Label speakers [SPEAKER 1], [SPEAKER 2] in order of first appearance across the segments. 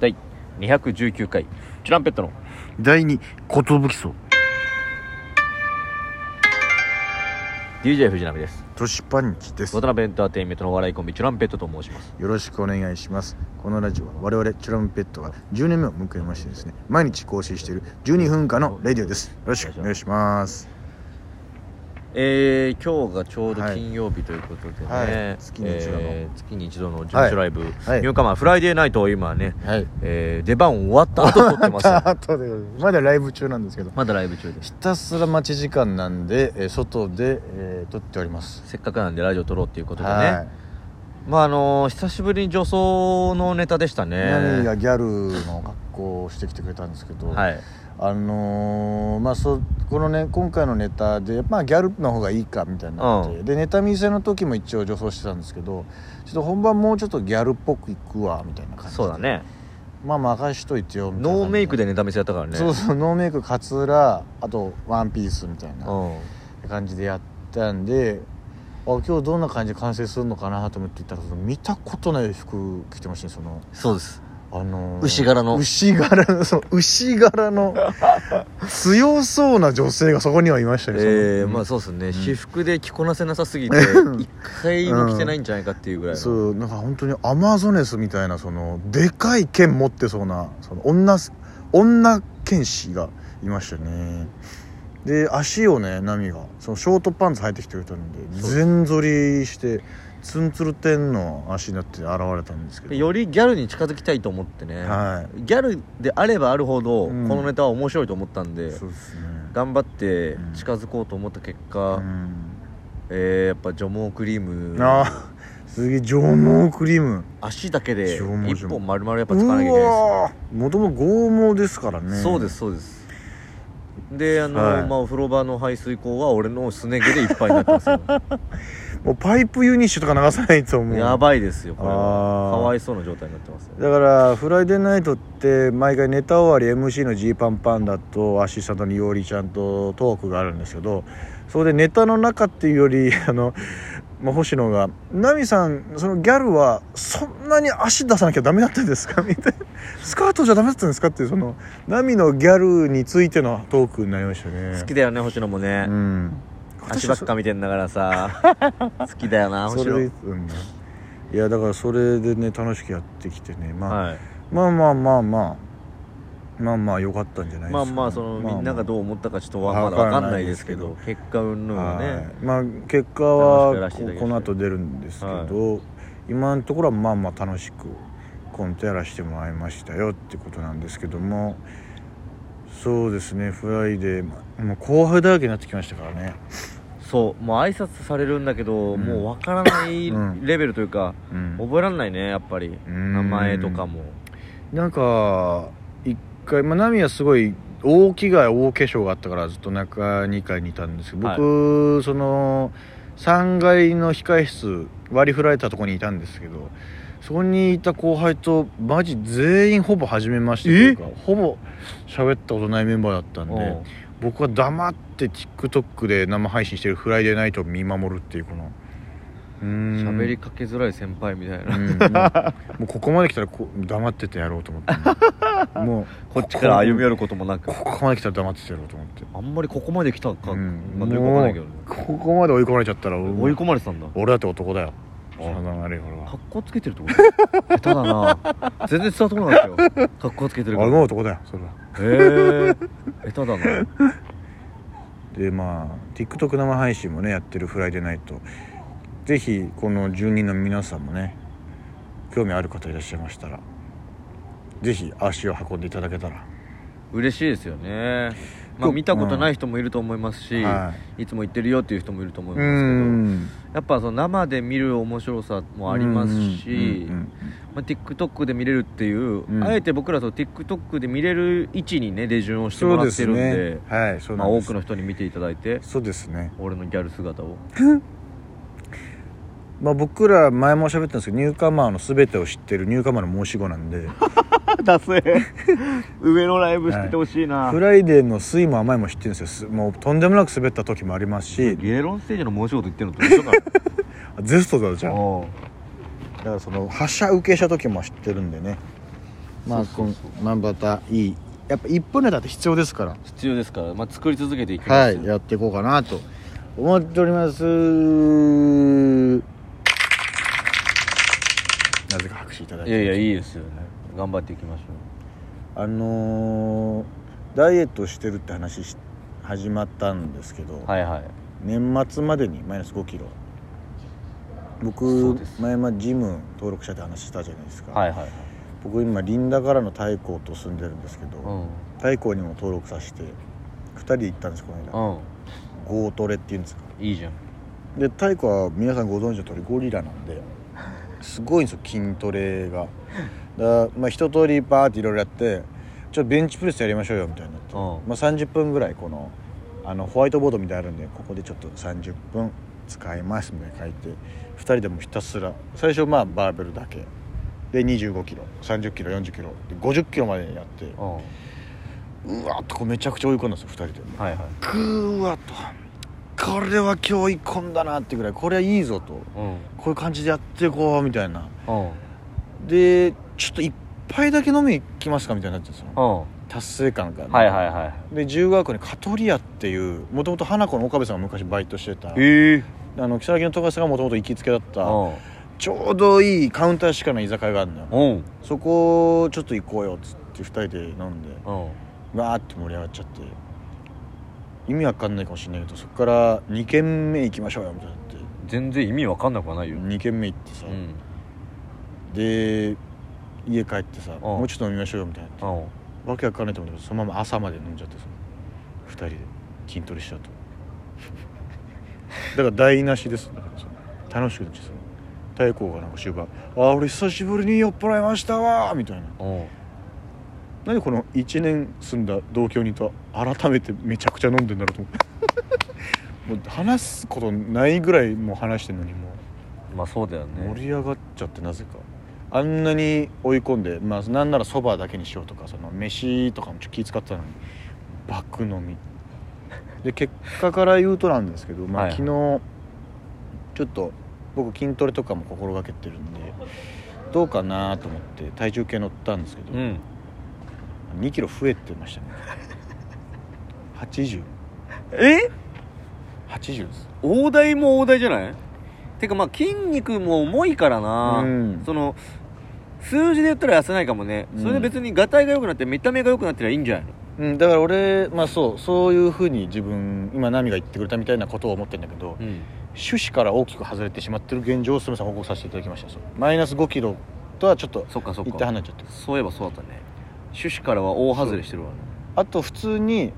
[SPEAKER 1] 第219回チュランペットの
[SPEAKER 2] 第2寿荘
[SPEAKER 1] DJ 藤波です
[SPEAKER 2] トシパンチですよ
[SPEAKER 1] 渡辺エンターテインメントのお笑いコンビチュランペットと申します
[SPEAKER 2] ろしくお願いしますこのラジオは我々チュランペットが10年目を迎えましてですね毎日更新している12分間のレディオですよろしくお願いします
[SPEAKER 1] えー、今日がちょうど
[SPEAKER 2] はい
[SPEAKER 1] 金曜日ということでね、
[SPEAKER 2] はい月に一度の
[SPEAKER 1] えー月に一度の事務所ライブ、
[SPEAKER 2] はい
[SPEAKER 1] ニューカマーフライデーナイトを今ね、
[SPEAKER 2] はい
[SPEAKER 1] えー出番終わった後撮って ます
[SPEAKER 2] あとでまだライブ中なんですけど
[SPEAKER 1] まだライブ中です
[SPEAKER 2] ひたすら待ち時間なんで、えー外で、えー撮っております
[SPEAKER 1] せっかくなんでラジオ撮ろうっていうことでね、
[SPEAKER 2] は
[SPEAKER 1] まああのー久しぶりに女装のネタでした
[SPEAKER 2] い、ナミ
[SPEAKER 1] ね
[SPEAKER 2] がギャルの格好をしてきてくれたんですけど、
[SPEAKER 1] はい
[SPEAKER 2] あのーまあそこのね今回のネタで、まあ、ギャルの方がいいかみたいになって、
[SPEAKER 1] う
[SPEAKER 2] でネタ見せの時も一応女装してたんですけどちょっと本番もうちょっとギャルっぽくいくわみたいな感じで
[SPEAKER 1] そうだね
[SPEAKER 2] まあ任しといてよみたいな感じ
[SPEAKER 1] ノーメイクでネタ見せやったからね
[SPEAKER 2] そうそうノーメイクかつらあとワンピースみたいな
[SPEAKER 1] うん
[SPEAKER 2] 感じでやったんであ今日どんな感じで完成するのかなと思って行ったらその見たことない服着てましたねその
[SPEAKER 1] そうです
[SPEAKER 2] あのー
[SPEAKER 1] 牛柄の
[SPEAKER 2] 牛柄のその牛柄の強そうな女性がそこにはいましたけど、
[SPEAKER 1] えー
[SPEAKER 2] その
[SPEAKER 1] まあそうですね、
[SPEAKER 2] ん
[SPEAKER 1] 私服で着こなせなさす ぎて一回も着てないんじゃないかっていうぐらいの、
[SPEAKER 2] そうなんか本当にアマゾネスみたいなそのでかい剣持ってそうなその女す女剣士がいましたねで足をねナミがそのショートパンツ履いてきてくれたんで
[SPEAKER 1] そう
[SPEAKER 2] 全反りしてツンツル天の足になって現れたんですけど
[SPEAKER 1] よりギャルに近づきたいと思ってね、
[SPEAKER 2] は
[SPEAKER 1] ギャルであればあるほど、
[SPEAKER 2] うん
[SPEAKER 1] このネタは面白いと思ったん
[SPEAKER 2] い
[SPEAKER 1] で
[SPEAKER 2] そうですね
[SPEAKER 1] 頑張って
[SPEAKER 2] うん
[SPEAKER 1] 近づこうと思った結果、
[SPEAKER 2] うん
[SPEAKER 1] えーやっぱ除毛クリーム
[SPEAKER 2] あーすげえ上毛クリーム
[SPEAKER 1] 足だけで
[SPEAKER 2] 除毛
[SPEAKER 1] 一
[SPEAKER 2] 除毛
[SPEAKER 1] 本丸々やっぱ
[SPEAKER 2] う
[SPEAKER 1] 使わなきゃいけない
[SPEAKER 2] わーもともと剛毛ですから
[SPEAKER 1] で
[SPEAKER 2] ね
[SPEAKER 1] す、そうですそうですであの、
[SPEAKER 2] はい
[SPEAKER 1] まあ、お風呂場の排水口は俺のすね毛でいっぱいになってます よ
[SPEAKER 2] もうパイプユニッシュとか流さないと思う
[SPEAKER 1] やばいですよこれは
[SPEAKER 2] あー
[SPEAKER 1] かわいそうな状態になってますよ
[SPEAKER 2] だから「フライデーナイト」って毎回ネタ終わり MC のジーパンパンダとアシスタントのいおりちゃんとトークがあるんですけどそこでネタの中っていうよりあの、まあ、星野が「ナミさんそのギャルはそんなに足出さなきゃダメだったんですか?」みたいな「スカートじゃダメだったんですか?」っていうそのナミのギャルについてのトークになりましたね
[SPEAKER 1] 好きだよね星野もね、
[SPEAKER 2] うん
[SPEAKER 1] 足ばっか見てんだからさ 好きだよな
[SPEAKER 2] そ
[SPEAKER 1] 星
[SPEAKER 2] れ
[SPEAKER 1] 野
[SPEAKER 2] うんいやだからそれでね楽しくやってきてね、まあ
[SPEAKER 1] はい
[SPEAKER 2] まあまあまあまあまあまあ良かったんじゃないです
[SPEAKER 1] ま
[SPEAKER 2] か
[SPEAKER 1] あ
[SPEAKER 2] ね、
[SPEAKER 1] まあそのみんながどう思ったかちょっとわま
[SPEAKER 2] わ
[SPEAKER 1] だ
[SPEAKER 2] か
[SPEAKER 1] わ
[SPEAKER 2] らない
[SPEAKER 1] かんないですけど結果云々はね
[SPEAKER 2] はいまあ結果
[SPEAKER 1] 楽し
[SPEAKER 2] は
[SPEAKER 1] くやらせていただ
[SPEAKER 2] こ
[SPEAKER 1] きました
[SPEAKER 2] この後出るんですけど、今のところはまあまあ楽しくコントやらせてもらいましたよってことなんですけどもそうですねフライデーまあもう後輩だらけになってきましたからね
[SPEAKER 1] そうもう挨拶されるんだけど、
[SPEAKER 2] うん
[SPEAKER 1] もうわからない
[SPEAKER 2] うん
[SPEAKER 1] レベルというか、
[SPEAKER 2] うん
[SPEAKER 1] 覚えられないねやっぱり
[SPEAKER 2] うん
[SPEAKER 1] 名前とかも
[SPEAKER 2] なんか一回まあナミはすごい大着替え大化粧があったからずっと中2階にいたんですけど僕、その3階の控室割り振られたとこにいたんですけどそこにいた後輩とマジ全員ほぼ初めましてというかほぼ喋ったことないメンバーだったん
[SPEAKER 1] う
[SPEAKER 2] で
[SPEAKER 1] ん
[SPEAKER 2] 僕は黙って TikTok で生配信してる「フライデーナイト」を見守るっていうこのうーん
[SPEAKER 1] 喋りかけづらい先輩みた いな、
[SPEAKER 2] うんもうもうここまで来たらこう黙っててやろうと思 ってもう
[SPEAKER 1] こっちから歩み寄ることもなく
[SPEAKER 2] ここまで来たら黙っててやろうと思って
[SPEAKER 1] あんまりここまで来たか、
[SPEAKER 2] うん
[SPEAKER 1] まあよくわかんないけどね
[SPEAKER 2] ここまで追い込まれちゃったら
[SPEAKER 1] 追い込まれてたんだ
[SPEAKER 2] 俺だって男だよ
[SPEAKER 1] あ
[SPEAKER 2] 体の悪い俺は
[SPEAKER 1] 格好つけてるってこと下手だな全然伝わってこなかったよ格好つけてるから
[SPEAKER 2] 俺
[SPEAKER 1] へ
[SPEAKER 2] も男だよそれは
[SPEAKER 1] え下手だな
[SPEAKER 2] でまあ TikTok 生配信もねやってる「フライデーナイト」ぜひこの住人の皆さんもね興味ある方いらっしゃいましたらぜひ足を運んでいただけたら、
[SPEAKER 1] 嬉しいですよねまあ
[SPEAKER 2] うん
[SPEAKER 1] 見たことない人もいると思いますし、、
[SPEAKER 2] はい
[SPEAKER 1] つも言ってるよっていう人もいると思い
[SPEAKER 2] い、う
[SPEAKER 1] ます
[SPEAKER 2] ん
[SPEAKER 1] けどやっぱその生で見る面白さもありますし
[SPEAKER 2] うんうんうん
[SPEAKER 1] まあ TikTok で見れるっていう、
[SPEAKER 2] うん
[SPEAKER 1] あえて僕らと TikTok で見れる位置にね手順をしても
[SPEAKER 2] そう
[SPEAKER 1] ら
[SPEAKER 2] で
[SPEAKER 1] って
[SPEAKER 2] す
[SPEAKER 1] るんで
[SPEAKER 2] ねはいそう
[SPEAKER 1] ま
[SPEAKER 2] な
[SPEAKER 1] あ、
[SPEAKER 2] ん
[SPEAKER 1] 多
[SPEAKER 2] です
[SPEAKER 1] くの人に見ていただいて
[SPEAKER 2] そうですね
[SPEAKER 1] 俺のギャル姿 を
[SPEAKER 2] まあ、僕ら前も喋ったんですけどニューカマーの全てを知ってるニューカマーの申し子なんで
[SPEAKER 1] ダセ上のライブ
[SPEAKER 2] してて
[SPEAKER 1] ほしいな
[SPEAKER 2] フライデーの酸いも甘いも知ってるんですよすもうとんでもなく滑った時もありますし
[SPEAKER 1] ゲロンステージの申し事言ってるのと一緒だ
[SPEAKER 2] ゼストだじゃ ん
[SPEAKER 1] おう
[SPEAKER 2] だからそのはしゃ受けした時も知ってるんでねまあ
[SPEAKER 1] そうそうそう
[SPEAKER 2] こんまんばたいいやっぱ一本ネタって必要ですから
[SPEAKER 1] 必要ですから、まあ、作り続けていく
[SPEAKER 2] は
[SPEAKER 1] ん
[SPEAKER 2] い
[SPEAKER 1] ですよ
[SPEAKER 2] やっていこうかなと思っておりますなぜか拍手いただい
[SPEAKER 1] い
[SPEAKER 2] て
[SPEAKER 1] やいやいいですよね頑張っていきましょ
[SPEAKER 2] あのーダイエットしてるって話し始まったんですけど、
[SPEAKER 1] うはいはい
[SPEAKER 2] 年末までにマイナス5キロ
[SPEAKER 1] そう
[SPEAKER 2] 僕
[SPEAKER 1] です
[SPEAKER 2] 前まジム登録者って話したじゃないですか、
[SPEAKER 1] はいはい
[SPEAKER 2] 僕今リンダからの太閤と住んでるんですけど、
[SPEAKER 1] うん
[SPEAKER 2] 太閤にも登録させて2人で行ったんですこの間、
[SPEAKER 1] うん
[SPEAKER 2] ゴートレっていうんですか
[SPEAKER 1] いいじゃん
[SPEAKER 2] で太鼓は皆さんご存知の通りゴリラなんですごいんですよ筋トレがだまあ一通りバーっていろいろやってちょっとベンチプレスやりましょうよみたいになって、
[SPEAKER 1] うん
[SPEAKER 2] まあ、30分ぐらいこのあのホワイトボードみたいなのあるんでここでちょっと30分使いますみたいな書いて2人でもひたすら最初まあバーベルだけで2 5キロ3 0キロ4 0キロで5 0キロまでやって
[SPEAKER 1] うんは
[SPEAKER 2] うわっとこうめちゃくちゃ追い込んだんですよ2人で
[SPEAKER 1] いはい
[SPEAKER 2] ぐわっとこれは今日追い込んだなってぐらいこれはいいぞと
[SPEAKER 1] うん
[SPEAKER 2] こういう感じでやっていこうみたいな
[SPEAKER 1] うん
[SPEAKER 2] でちょっと一杯だけ飲み行きますかみたいになってたんです
[SPEAKER 1] うん
[SPEAKER 2] よ達成感が、
[SPEAKER 1] はいはいはい
[SPEAKER 2] で自由が丘にカトリアっていうもともと花子の岡部さんが昔バイトしてた
[SPEAKER 1] ええ
[SPEAKER 2] あの木更木の富樫がもともと行きつけだった
[SPEAKER 1] うん
[SPEAKER 2] ちょうどいいカウンターしかない居酒屋があるんだよ
[SPEAKER 1] うん
[SPEAKER 2] そこちょっと行こうよっつって2人で飲んで
[SPEAKER 1] うん
[SPEAKER 2] わーって盛り上がっちゃって意味わかんないかもしれないけどそこから2軒目行きましょうよみたいになって
[SPEAKER 1] 全然意味わかんなくはないよ
[SPEAKER 2] 2軒目行ってさ、
[SPEAKER 1] うん
[SPEAKER 2] で家帰ってさ、もうちょっと飲みましょうよみたいな
[SPEAKER 1] うん
[SPEAKER 2] わけわかんないと思うんだけどそのまま朝まで飲んじゃってさ2人で筋トレしちゃうとだから台無しですだからさ楽しくなっちゃう太鼓がなんか終盤「ああ俺久しぶりに酔っ払いましたわ」みたいな
[SPEAKER 1] うん
[SPEAKER 2] なんでこの1年住んだ同居人と改めてめちゃくちゃ飲んでんだろう と思ってもう話すことないぐらいもう話してんのにもう
[SPEAKER 1] まあそうだよね
[SPEAKER 2] 盛り上がっちゃってなぜかあんなに追い込んで、まあ、なんならそばだけにしようとかその飯とかもちょっと気使ってたのに爆飲みで結果から言うとなんですけど、ま
[SPEAKER 1] は
[SPEAKER 2] あ、
[SPEAKER 1] い
[SPEAKER 2] 昨日、ちょっと僕筋トレとかも心がけてるんでどうかなと思って体重計乗ったんですけど、
[SPEAKER 1] うん
[SPEAKER 2] 2キロ増えてましたね8080
[SPEAKER 1] え
[SPEAKER 2] です
[SPEAKER 1] 大台も大台じゃないてかまあ筋肉も重いからな、
[SPEAKER 2] うん
[SPEAKER 1] その数字で言ったら痩せないかもね、
[SPEAKER 2] うん
[SPEAKER 1] それで別にがたいが良くなって見た目が良くなってりゃいいんじゃないの
[SPEAKER 2] うん、だから俺まあそうそういうふうに自分今ナミが言ってくれたみたいなことを思ってるんだけど、
[SPEAKER 1] うん
[SPEAKER 2] 趣旨から大きく外れてしまってる現状をすみません報告させていただきましたそうマイナス5キロとはちょっと
[SPEAKER 1] そっかそっ
[SPEAKER 2] 一旦
[SPEAKER 1] か
[SPEAKER 2] 離れちゃってる
[SPEAKER 1] そういえばそうだったね趣旨からは大外れしてるわ
[SPEAKER 2] あと普通に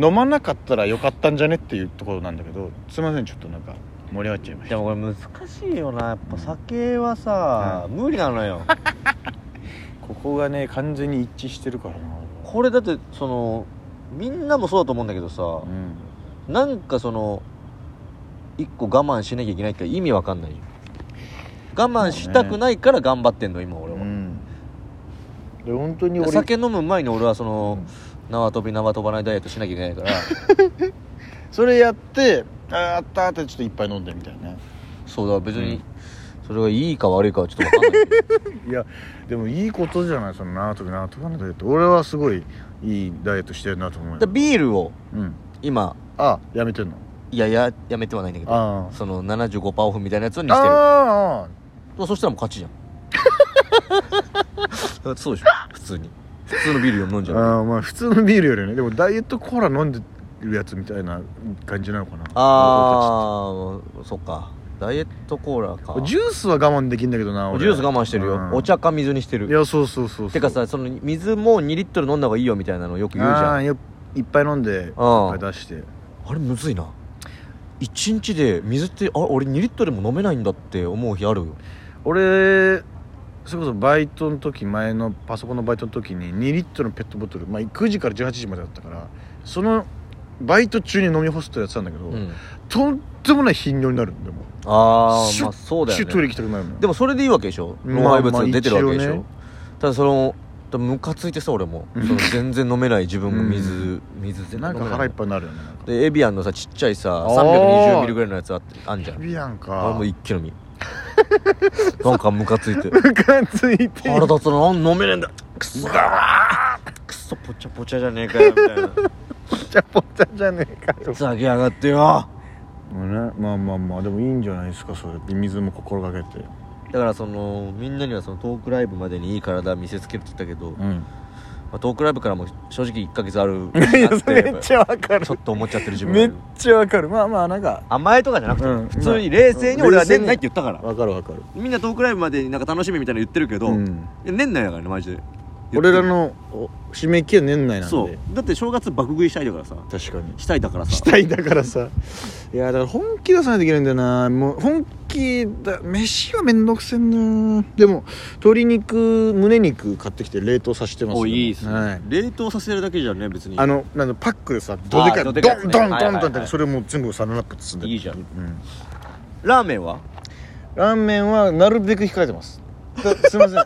[SPEAKER 2] 飲まなかったらよかったんじゃねっていうところなんだけどすみませんちょっとなんか盛り上がっちゃいました
[SPEAKER 1] もこれ難しいよなやっぱ酒はさ、無理なのよ
[SPEAKER 2] ここがね完全に一致してるからな、
[SPEAKER 1] これだってそのみんなもそうだと思うんだけどさ
[SPEAKER 2] うん、
[SPEAKER 1] なんかその一個我慢しなきゃいけないって意味わかんないよ我慢したくないから頑張ってんの今俺は、
[SPEAKER 2] で本当に俺
[SPEAKER 1] 酒飲む前に俺はそうの
[SPEAKER 2] ん
[SPEAKER 1] 縄跳び縄跳ばないダイエットしなきゃいけないから
[SPEAKER 2] それやってあーあったあったちょっと一杯飲んでみたいな
[SPEAKER 1] そうだ別
[SPEAKER 2] うん
[SPEAKER 1] にそれがいいか悪いかはちょっと分かん ないけど
[SPEAKER 2] いやでもいいことじゃないその縄跳び縄跳びのダイエット俺はすごいいいダイエットしてるなと思うよ
[SPEAKER 1] だビールを
[SPEAKER 2] うん
[SPEAKER 1] 今
[SPEAKER 2] あやめてんの
[SPEAKER 1] いやややめてはないんだけど
[SPEAKER 2] ああ
[SPEAKER 1] その75%オフみたいなやつにしてる
[SPEAKER 2] あ
[SPEAKER 1] そしたらもう勝ちじゃん だってそうでしょ普通に普通のビール飲んじ
[SPEAKER 2] ー
[SPEAKER 1] ゃう
[SPEAKER 2] あーまあ普通のビールよりねでもダイエットコーラ飲んでるやつみたいな感じなのかな
[SPEAKER 1] ああそっかダイエットコーラか
[SPEAKER 2] ジュースは我慢できんだけどな俺
[SPEAKER 1] ジュース我慢してるよ、
[SPEAKER 2] うん
[SPEAKER 1] お茶か水にしてる
[SPEAKER 2] いやそうそうそうそう
[SPEAKER 1] てかさその水も2リットル飲んだ方がいいよみたいなのよく言うじゃ
[SPEAKER 2] あ
[SPEAKER 1] んあ
[SPEAKER 2] ーよいっぱい飲んでいっぱい出して
[SPEAKER 1] れむずいな1日で水ってあ俺2リットルも飲めないんだって思う日あるよ
[SPEAKER 2] 俺それこそバイトの時前のパソコンのバイトの時に2リットルのペットボトル、まあ、9時から18時までだったからそのバイト中に飲み干すとやってたんだけど、
[SPEAKER 1] うん
[SPEAKER 2] とんでもない頻尿になるんでも
[SPEAKER 1] あ
[SPEAKER 2] シ
[SPEAKER 1] あ
[SPEAKER 2] ュ
[SPEAKER 1] ま
[SPEAKER 2] ッ
[SPEAKER 1] あそうだ
[SPEAKER 2] シ
[SPEAKER 1] よ
[SPEAKER 2] ュットイ
[SPEAKER 1] ね
[SPEAKER 2] レ行きたくなるのよ
[SPEAKER 1] でもそれでいいわけでしょ
[SPEAKER 2] まあ
[SPEAKER 1] 老廃物が出てるわけでし
[SPEAKER 2] ま
[SPEAKER 1] ょ、
[SPEAKER 2] あ一応ね
[SPEAKER 1] ただそのだムカついてさ俺もその全然飲めない自分も水、水全
[SPEAKER 2] な
[SPEAKER 1] 然飲め
[SPEAKER 2] んか
[SPEAKER 1] ない
[SPEAKER 2] 腹いっぱいになるよねなんか
[SPEAKER 1] でエビアンのさちっちゃいさ
[SPEAKER 2] あー
[SPEAKER 1] 320ml ぐらいのやつああんじゃん
[SPEAKER 2] ビアン
[SPEAKER 1] あ
[SPEAKER 2] か
[SPEAKER 1] れもう一気飲み なんかムカついて
[SPEAKER 2] ムカつい て
[SPEAKER 1] 腹立つななん飲めねえんだくそくそぽちゃぽちゃじゃねえかよみたいな
[SPEAKER 2] ぽちゃぽちゃじゃねえかと
[SPEAKER 1] 下げやがってよ
[SPEAKER 2] もうねまあまあまあでもいいんじゃないですかそれって水も心がけて
[SPEAKER 1] だからそのみんなにはそのトークライブまでにいい体見せつけるって言ったけど、ま
[SPEAKER 2] ん
[SPEAKER 1] あ、トークライブからも正直1ヶ月あ る
[SPEAKER 2] いやそれ
[SPEAKER 1] な
[SPEAKER 2] めっ
[SPEAKER 1] って
[SPEAKER 2] ちゃわかる
[SPEAKER 1] ちょっと思っちゃってる自分が
[SPEAKER 2] め
[SPEAKER 1] い
[SPEAKER 2] っ
[SPEAKER 1] る
[SPEAKER 2] ちゃわかるまあまあなんか
[SPEAKER 1] 甘えとかじゃなくて、
[SPEAKER 2] うん
[SPEAKER 1] 普通に冷静に俺は年内って言ったから
[SPEAKER 2] わかるわかる
[SPEAKER 1] みんなトークライブまでになんか楽しみみたいなの言ってるけど、い
[SPEAKER 2] ん
[SPEAKER 1] や年内だからねマジで
[SPEAKER 2] 俺らのお締め切りは年内なん
[SPEAKER 1] そう
[SPEAKER 2] で
[SPEAKER 1] だって正月爆食いしたいだからさ
[SPEAKER 2] 確かに
[SPEAKER 1] したいだからさ
[SPEAKER 2] したいだからさいやだから本気出さないといけないんだよなもう本気だ飯はめんどくせんなでも鶏肉胸肉買ってきて冷凍させてます
[SPEAKER 1] お
[SPEAKER 2] けど
[SPEAKER 1] いいっすね、
[SPEAKER 2] はい
[SPEAKER 1] 冷凍させるだけじゃね別に
[SPEAKER 2] あのなんだパックでさどでか
[SPEAKER 1] ど
[SPEAKER 2] いドン
[SPEAKER 1] で
[SPEAKER 2] ド
[SPEAKER 1] かいやつね
[SPEAKER 2] ンドン
[SPEAKER 1] はいはいはい
[SPEAKER 2] ドンってそれもう全部サランラップ包んで
[SPEAKER 1] いいじゃん
[SPEAKER 2] うん
[SPEAKER 1] ラーメンは
[SPEAKER 2] ラーメンはなるべく控えて ますだすいません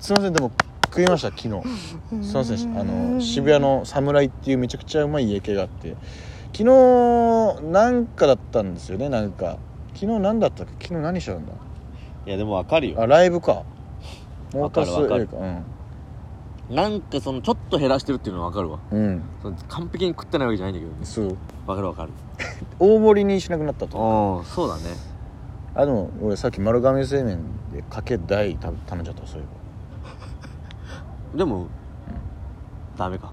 [SPEAKER 2] すいませんでも食いました昨日すいませんあの渋谷の侍っていうめちゃくちゃうまい家系があって昨日なんかだったんですよねなんか昨日何だったっけ昨日何してたんだ
[SPEAKER 1] いやでもわかる
[SPEAKER 2] あライブかモー
[SPEAKER 1] わか
[SPEAKER 2] ター
[SPEAKER 1] る
[SPEAKER 2] ス
[SPEAKER 1] わかる
[SPEAKER 2] 映画うん
[SPEAKER 1] なんかそのちょっと減らしてるっていうのはわかるわ
[SPEAKER 2] うん
[SPEAKER 1] その完璧に食ってないわけじゃないんだけどね
[SPEAKER 2] そう
[SPEAKER 1] わかるわかる
[SPEAKER 2] 大盛りにしなくなった
[SPEAKER 1] あ
[SPEAKER 2] と
[SPEAKER 1] あそうだね
[SPEAKER 2] あでも俺さっき丸亀製麺でかけ大食べ頼んじゃったそうい
[SPEAKER 1] でも、ダメ か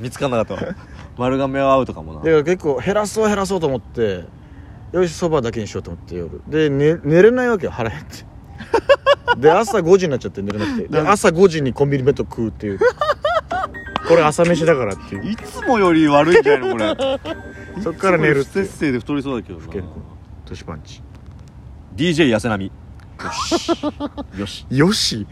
[SPEAKER 1] 見つかんなかったわ丸亀は合うとかも
[SPEAKER 2] え
[SPEAKER 1] な
[SPEAKER 2] ばだから結構減らそう減らそうと思ってよしそばだけにしようと思って夜で、ね、寝れないわけよ腹減って で朝5時になっちゃって寝れなくてで朝5時にコンビニ弁当食うっていうこれ朝飯だからっていう
[SPEAKER 1] いつもより悪いんじゃないのこれ
[SPEAKER 2] そっ から寝るっ
[SPEAKER 1] いつも
[SPEAKER 2] て
[SPEAKER 1] より
[SPEAKER 2] いう
[SPEAKER 1] 不節制で太りそうだけどな
[SPEAKER 2] 健康年パンチ
[SPEAKER 1] DJ 痩せなみよしよし
[SPEAKER 2] よし